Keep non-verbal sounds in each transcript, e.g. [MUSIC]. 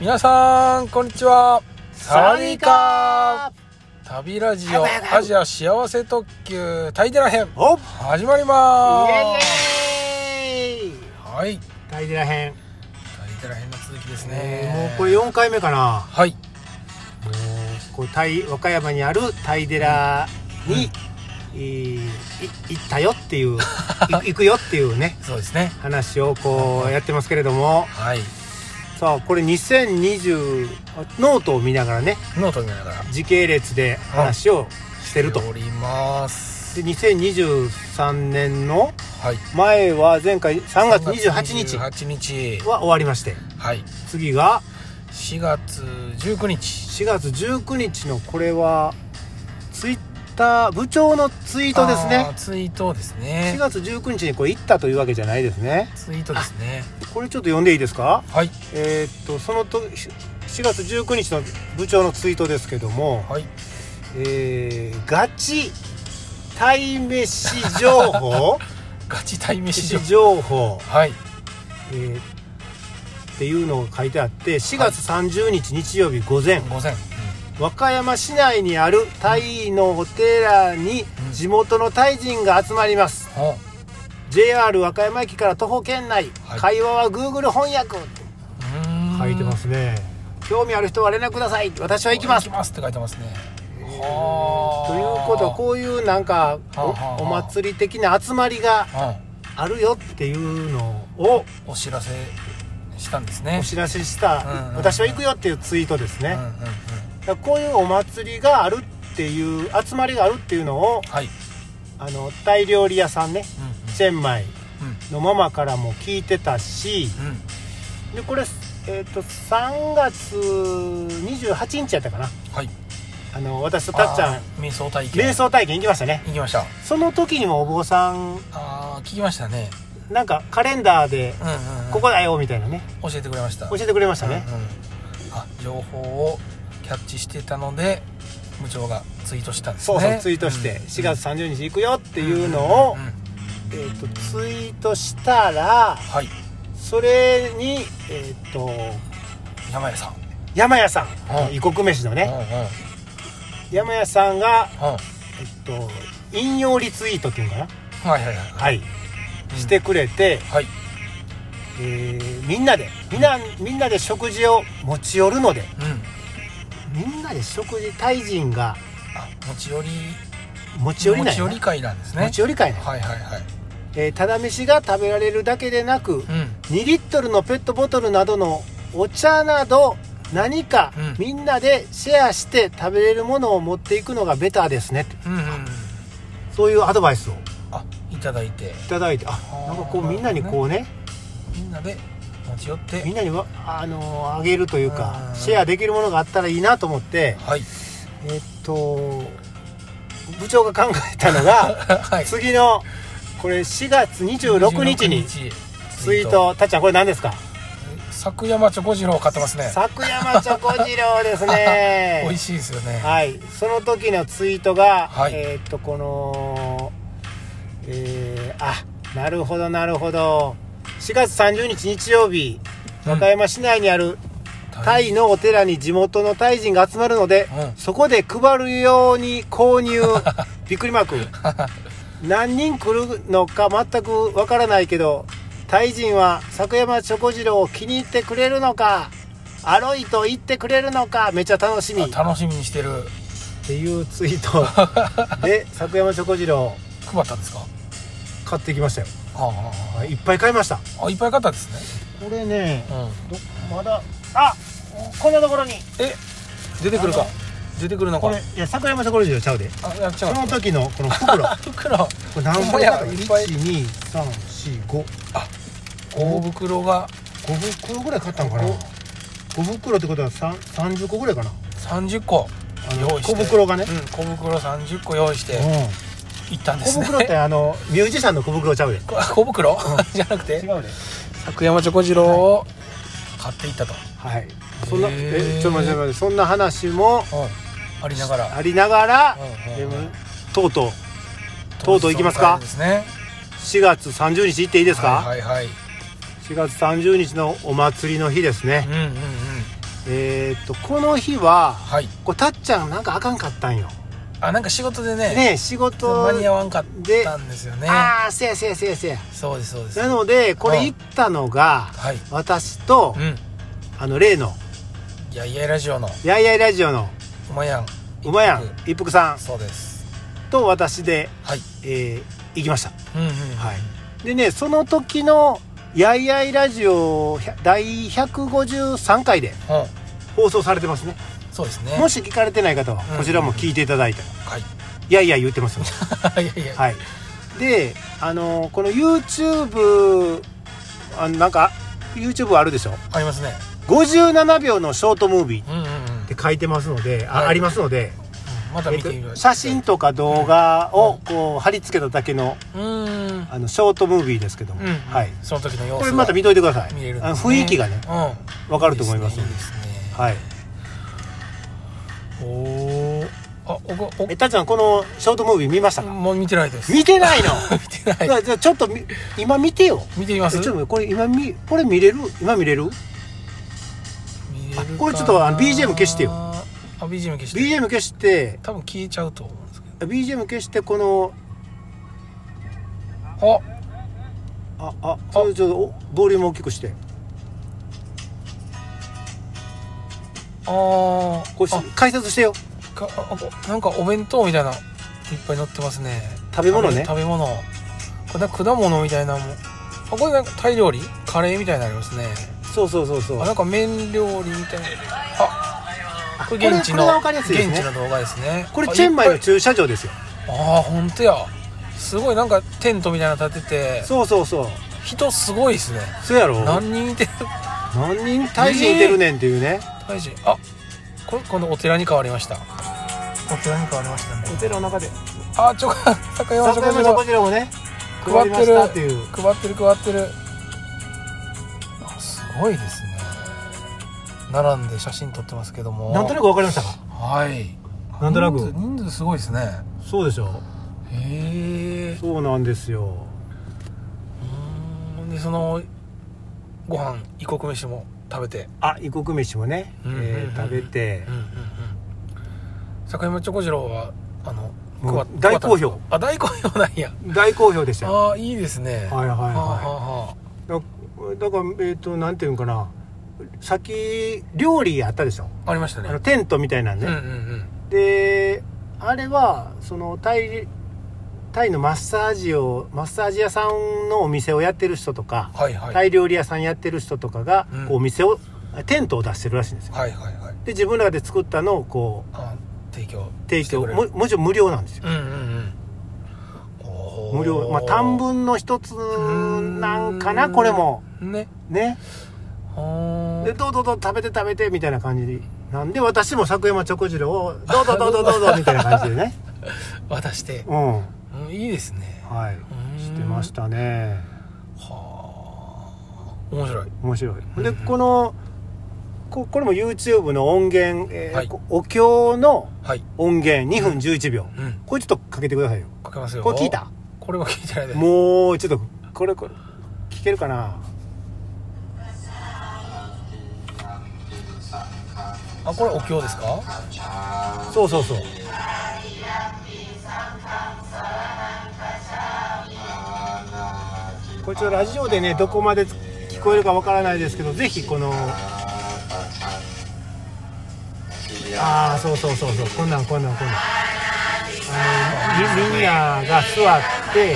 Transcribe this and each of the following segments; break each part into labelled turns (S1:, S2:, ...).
S1: 皆さんこんにちは
S2: サラリーカ
S1: ー旅ラジオ
S2: 早く早く
S1: アジア幸せ特急タイデラ編
S2: おイ
S1: 始まりまーす
S2: エイエーイ
S1: はい
S2: タイデラ編、
S1: タイデラ編の続きです
S2: え
S1: ね
S2: ーもうこれ4回目かな
S1: はい
S2: もうこうタイ和歌山にあるタイデラに、えーい行ったよっていう [LAUGHS] い行くよっていうね
S1: そうですね
S2: 話をこうやってますけれども
S1: はい
S2: さあこれ2020ノートを見ながらね
S1: ノート見ながら
S2: 時系列で話をしてると
S1: おります
S2: で2023年の
S1: はい
S2: 前は前回3月28
S1: 8日
S2: 日は終わりまして
S1: はい
S2: 次が
S1: 4月19日
S2: 4月19日のこれはツイッター部長のツイートです
S1: あー
S2: ね
S1: ツイートですね
S2: 4月19日にこれ行ったというわけじゃないですね
S1: ツイートですね
S2: これちょっと読んでいいですか
S1: はい
S2: えーっとそのと4月19日の部長のツイートですけども、
S1: はい
S2: えーガチ対飯
S1: [LAUGHS]
S2: 情報
S1: ガチ対面市場
S2: 飯情報、
S1: はい
S2: えーっていうのが書いてあって4月30日日曜日午前、
S1: 午前
S2: 和歌山市内にあるタイのお寺に
S1: うん
S2: 地元のタイ人が集まります
S1: うん
S2: JR 和歌山駅から徒歩圏内、
S1: はい
S2: 会話は Google 翻訳って
S1: あ
S2: 書いてますね興味ある人は連絡ください私は行きます
S1: 行きますって書いてますね
S2: という
S1: はあ
S2: ことはこういうなんか
S1: はあはあはあ
S2: おお祭り的な集まりが
S1: う
S2: あるよっていうのを
S1: んお知らせしたんですね
S2: お知
S1: ら
S2: らせし
S1: うんうん
S2: た
S1: うん
S2: 私は行くよっていうツイートですね
S1: うんうんうん
S2: だからこういうお祭りがあるっていう集まりがあるっていうのを
S1: はい
S2: あのタイ料理屋さんね
S1: うん
S2: チェンマイ
S1: うん
S2: のママからも聞いてたし
S1: うんうん
S2: でこれ、えー、と3月28日やったかな
S1: はい
S2: あの私とたっちゃ
S1: あ
S2: ん
S1: ー瞑想体験
S2: 瞑想体験行きましたね
S1: 行きました
S2: その時にもお坊さん
S1: ああ聞きましたね
S2: なんかカレンダーで
S1: うんうんうん
S2: ここだよみたいなね
S1: 教えてくれました
S2: 教えてくれましたね
S1: うんうんあ情報をキャッチしてたので部長がツイートしたんです
S2: そ
S1: ね
S2: うそうツイートして4月30日行くよっていうのを
S1: うんうんうん
S2: えーとツイートしたら
S1: はい
S2: それにえっと
S1: 山家さん
S2: 山屋さんあの
S1: うん
S2: 異国飯の
S1: うん
S2: ね
S1: う
S2: 山屋さんが
S1: んうん
S2: えっと引用リツイートっていうのかな
S1: はいはいはい
S2: はい、
S1: うん
S2: してくれて、
S1: はい
S2: えーみんなでみんなみんなで食事を持ち寄るので
S1: うん
S2: みんなで食事タイ人が
S1: あ持ち寄り
S2: 持ち寄りな
S1: 持
S2: ん
S1: ち
S2: や
S1: 寄
S2: な
S1: り会なんですね
S2: 持ち寄り会な、
S1: はいはいはい
S2: えーただ飯が食べられるだけでなく
S1: うん
S2: 2リットルのペットボトルなどのお茶など何か
S1: うん
S2: みんなでシェアして食べれるものを持っていくのがベターですねって
S1: うんうん
S2: そういうアドバイスを
S1: あいただいて
S2: いただいてあ
S1: ー
S2: なんかこうみんなにこうね
S1: みんなで持ち寄って
S2: みんなにわあのーあげるという
S1: う
S2: か
S1: ん
S2: シェアできるものがあったらいいなと思って
S1: はい [LAUGHS]
S2: えっと部長が考えた
S1: [LAUGHS]
S2: のが
S1: はい
S2: 次のこれ4月26日に
S1: 26
S2: ツイートたっちゃんこれ何ですか
S1: 柵山チョコジロー買ってますね
S2: 作山チョコ次郎ですね
S1: [LAUGHS] 美味しいですよね
S2: はいその時のツイートが、
S1: はい
S2: えーっとこのえー、あなるほどなるほど4月30日日曜日
S1: うん
S2: 和歌山市内にあるタイのお寺に地元のタイ人が集まるので、
S1: うん
S2: そこで配るように購 [LAUGHS] 入びっくりマーク何人来るのか全くわからないけどタイ人は作山チョコ次郎を気に入ってくれるのかアロイと言ってくれるのかめっちゃ楽しみっ
S1: あ楽しみにしてる
S2: ていうツイート [LAUGHS] で作山チョコ次郎
S1: 配ったんですか
S2: 買ってきましたよ
S1: ああ
S2: あいっぱい買いました
S1: あああいっぱい買ったんですね
S2: これね
S1: うん
S2: どまだあこんなところに
S1: え出てくる
S2: あ
S1: か
S2: の
S1: 出てくるのか
S2: これいや作山チョコ次郎ちゃうで
S1: あやっちゃ
S2: そうの時のこの袋
S1: 袋
S2: これ何
S1: ほん
S2: 本
S1: ま
S2: や
S1: や
S2: ろ
S1: いっぱい
S2: 12345
S1: 大袋が
S2: 袋ぐらい買ったのかな5袋ってことはさん30個ぐらいかな
S1: 30個
S2: あの
S1: 用意して
S2: 小袋がね
S1: うん小袋30個用意して
S2: う
S1: 行ったん
S2: ん
S1: です
S2: 小
S1: ね
S2: 袋ってあのミュージシャンの小袋ちゃうで
S1: こ [LAUGHS] 小袋、 [LAUGHS] じゃなくて
S2: うで
S1: 作山チョコ次郎を買っていったと、
S2: はいそんな
S1: へー
S2: えちょっと待ってちょっと待ってそんな話も
S1: ありながら
S2: ありながら
S1: うん
S2: で
S1: うんうん
S2: もとうとうとうとう行きますか
S1: 当日の会ですね
S2: 4月30日行っていいですか
S1: はいはいはい
S2: 4月30日のお祭りの日ですね
S1: うんうんうん
S2: えーっとこの日は
S1: はい
S2: こうたっちゃんなんかあかんかったんよ
S1: あなんか仕事でね
S2: ねえ
S1: ち
S2: 仕
S1: ょっと
S2: 事
S1: 間に合わんかったんですよね
S2: ああせやせやせやせや
S1: そうですそうです
S2: なのでこれ行ったのが
S1: はい
S2: 私と
S1: うん
S2: あの例の
S1: いやいやラジオの
S2: やいやいラジオの
S1: うまやん
S2: 馬やん一服さん
S1: そうです
S2: と私で、
S1: はい
S2: えー行きました
S1: うんうん
S2: はいでねその時のやいやいラジオ100第153回で
S1: うん
S2: 放送されてますね
S1: そうですね
S2: もし聞かれてない方は
S1: うん
S2: こちらも聞いていただいたら、
S1: はい
S2: いやいや言ってますよ
S1: い [LAUGHS] やいや
S2: はいであのこの YouTube あなんか YouTube あるでしょ
S1: ありますね
S2: 57秒のショートムービー
S1: うんうんうん
S2: って書いてますので、あ
S1: はい
S2: ありますので、
S1: また
S2: え
S1: 見
S2: ってと
S1: みる
S2: 写真とか動画をこう貼り付けただけの
S1: うーん
S2: あのショートムービーですけども、
S1: うんうん
S2: はい、
S1: その時の様子
S2: こ
S1: が
S2: れまた見といてください
S1: 見れるんで
S2: あの
S1: すね
S2: 雰囲気がね
S1: うん
S2: わかると思います
S1: い
S2: の
S1: い
S2: で
S1: ですね
S2: はい
S1: いおーあおご
S2: えたっちゃんこのショートムービー見ました
S1: お
S2: か、
S1: もう見てないです
S2: 見てないの
S1: [LAUGHS] 見てない
S2: じゃあじゃあちょっとみ今見てよ
S1: 見てみ
S2: え
S1: ま
S2: ちょ
S1: す
S2: っと待ってこれ今見これ見れる今見れる
S1: 見れるかな
S2: これちょっとあの BGM 消してよ
S1: あ BGM 消して
S2: BGM 消して
S1: 多分消えちゃうと思うんですけ
S2: BGM 消してこの
S1: ど
S2: ああそれちょっとおボリューム大きくして
S1: ああー
S2: これし
S1: あ
S2: 解説してよ
S1: かああなんかお弁当みたいないっぱい載ってますね
S2: 食べ物ね
S1: 食べ物これなんか果物みたいなのもんあこれなんかタイ料理カレーみたいになりますね
S2: そうそうそうそう
S1: あなんか麺料理みたいなあ
S2: あ
S1: これ現地
S2: これこれ
S1: の
S2: は分かりやすいですね
S1: 現地の動画ですね
S2: これ
S1: あ
S2: チェンマイ
S1: い
S2: の
S1: っ
S2: 駐車場ですよ
S1: ぱいああ本当やすごいなんかテントみたいなの立てて
S2: そうそうそう
S1: 人すごいですね
S2: そうやろ
S1: 何人いてる
S2: 何人タイ人いてるねんっていうね、
S1: 大臣あこれこのお寺に変わりましたお寺に変わりましたね
S2: お寺の中で
S1: あちょ坂山ちょこ
S2: 坂
S1: ち
S2: 山
S1: ょ
S2: チョ
S1: こ
S2: コジロもね配
S1: 配っ
S2: りま
S1: て
S2: し
S1: る
S2: たっていう
S1: 配ってる配ってるあすごいですね並んで写真撮ってますけども
S2: なんとなく分かりましたか
S1: はい
S2: なんとなく
S1: 人数人数すごいですね
S2: そうでしょ
S1: へえ
S2: そうなんですよ
S1: でそのご飯異国飯も食べて
S2: あ異国飯もね、
S1: うんうんうん
S2: えー食べて
S1: うんうんうん坂山チョコ次郎はあの
S2: もう
S1: 配っ
S2: 大好評
S1: 配ったんですかあ大好評なんや
S2: 大好評でしたよ
S1: ああいいですね
S2: はいはいはい
S1: はあは
S2: だだからえっ、となんていうんかなさっき料理あったでしょ
S1: あありましたね
S2: あのテントみたいなんね、
S1: うんうん
S2: であれはそのタイタイのマッサージをマッサージ屋さんのお店をやってる人とか、
S1: うんはいはい
S2: タイ料理屋さんやってる人とかが、
S1: うん
S2: こうお店をテントを出してるらしいんですよ
S1: はいはいはい
S2: で自分らで作ったのをこう
S1: あ提供
S2: 提
S1: してく
S2: 供
S1: れる
S2: ももちろん無料なんですよ
S1: うんうんうんおー
S2: 無料まあ短文の一つなんかな
S1: うん
S2: これも
S1: ね
S2: ね
S1: ほ
S2: で
S1: ー
S2: どうぞどうぞ食べて食べてみたいな感じでなんで私も作山チョコジロをどうぞどうぞどうぞみたいな感じでね
S1: 渡して
S2: うんは
S1: うんいいですね
S2: いしてましたね
S1: はあ面白い
S2: 面白いで
S1: うん
S2: このここれも YouTube の音源、えー
S1: はい
S2: こお経の
S1: はい
S2: 音源2分11秒、
S1: うん
S2: これちょっとかけてくださいよ
S1: かけますよ
S2: これ聞いた
S1: これは聞いてないです
S2: もうちょっとこれこれ聞けるかな
S1: あこれお経ですか
S2: そうそうそうこれちょっとラジオでねどこまで聞こえるかわからないですけどぜひこのああそうそうそうそうこんなんこんなんこんなんあのみみんなが座って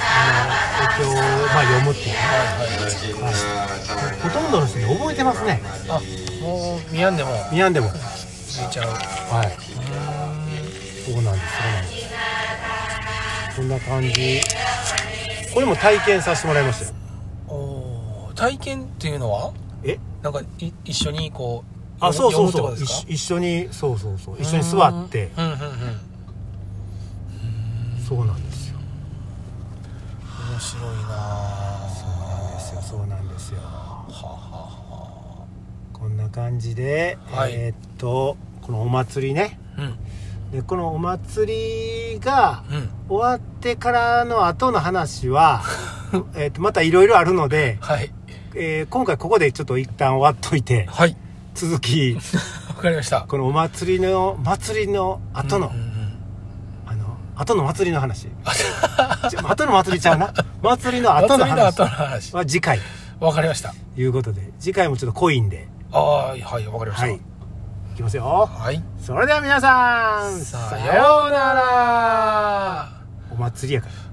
S2: あのお経を、まあ、読むっていうね、はいほとんどの人に覚えてますね
S1: あもう見やんでも
S2: ミヤンでも。
S1: 見えちゃう
S2: はい。そうなんです。そうなんです。こんな感じ。これも体験させてもらいましたよ。
S1: おー体験っていうのは
S2: え、
S1: なんかい一緒にこう
S2: あ、そうそうそ
S1: 読む
S2: う。
S1: ってことですか
S2: 一一緒に、そうそうそう。一緒に座って。
S1: うんうんうん
S2: そうなんですよ。
S1: 面白いな
S2: そうなんですよ。そうなんですよ。こんな感じで、
S1: はい
S2: えーっと、このお祭りね。
S1: うん
S2: で、このお祭りが。
S1: うん
S2: 終わってからの後の話 [LAUGHS] は、えーっと、またいろいろあるので。
S1: はい
S2: えー今回ここでちょっと一旦終わっといて、
S1: はい
S2: 続き
S1: わかりました
S2: このお祭りの祭りの後の、
S1: うんうんうん
S2: あの後の祭り
S1: [LAUGHS]
S2: の話ちょ後の祭りちゃうな祭りの後の
S1: 祭りの
S2: 話
S1: 後の話
S2: は次回
S1: わかりました
S2: ということで次回もちょっと濃いんで
S1: ああーはいわかりました
S2: はいいきますよ
S1: はい、
S2: それでは皆さん
S1: さ
S2: さ
S1: よ
S2: よ
S1: うなら
S2: うお祭りやから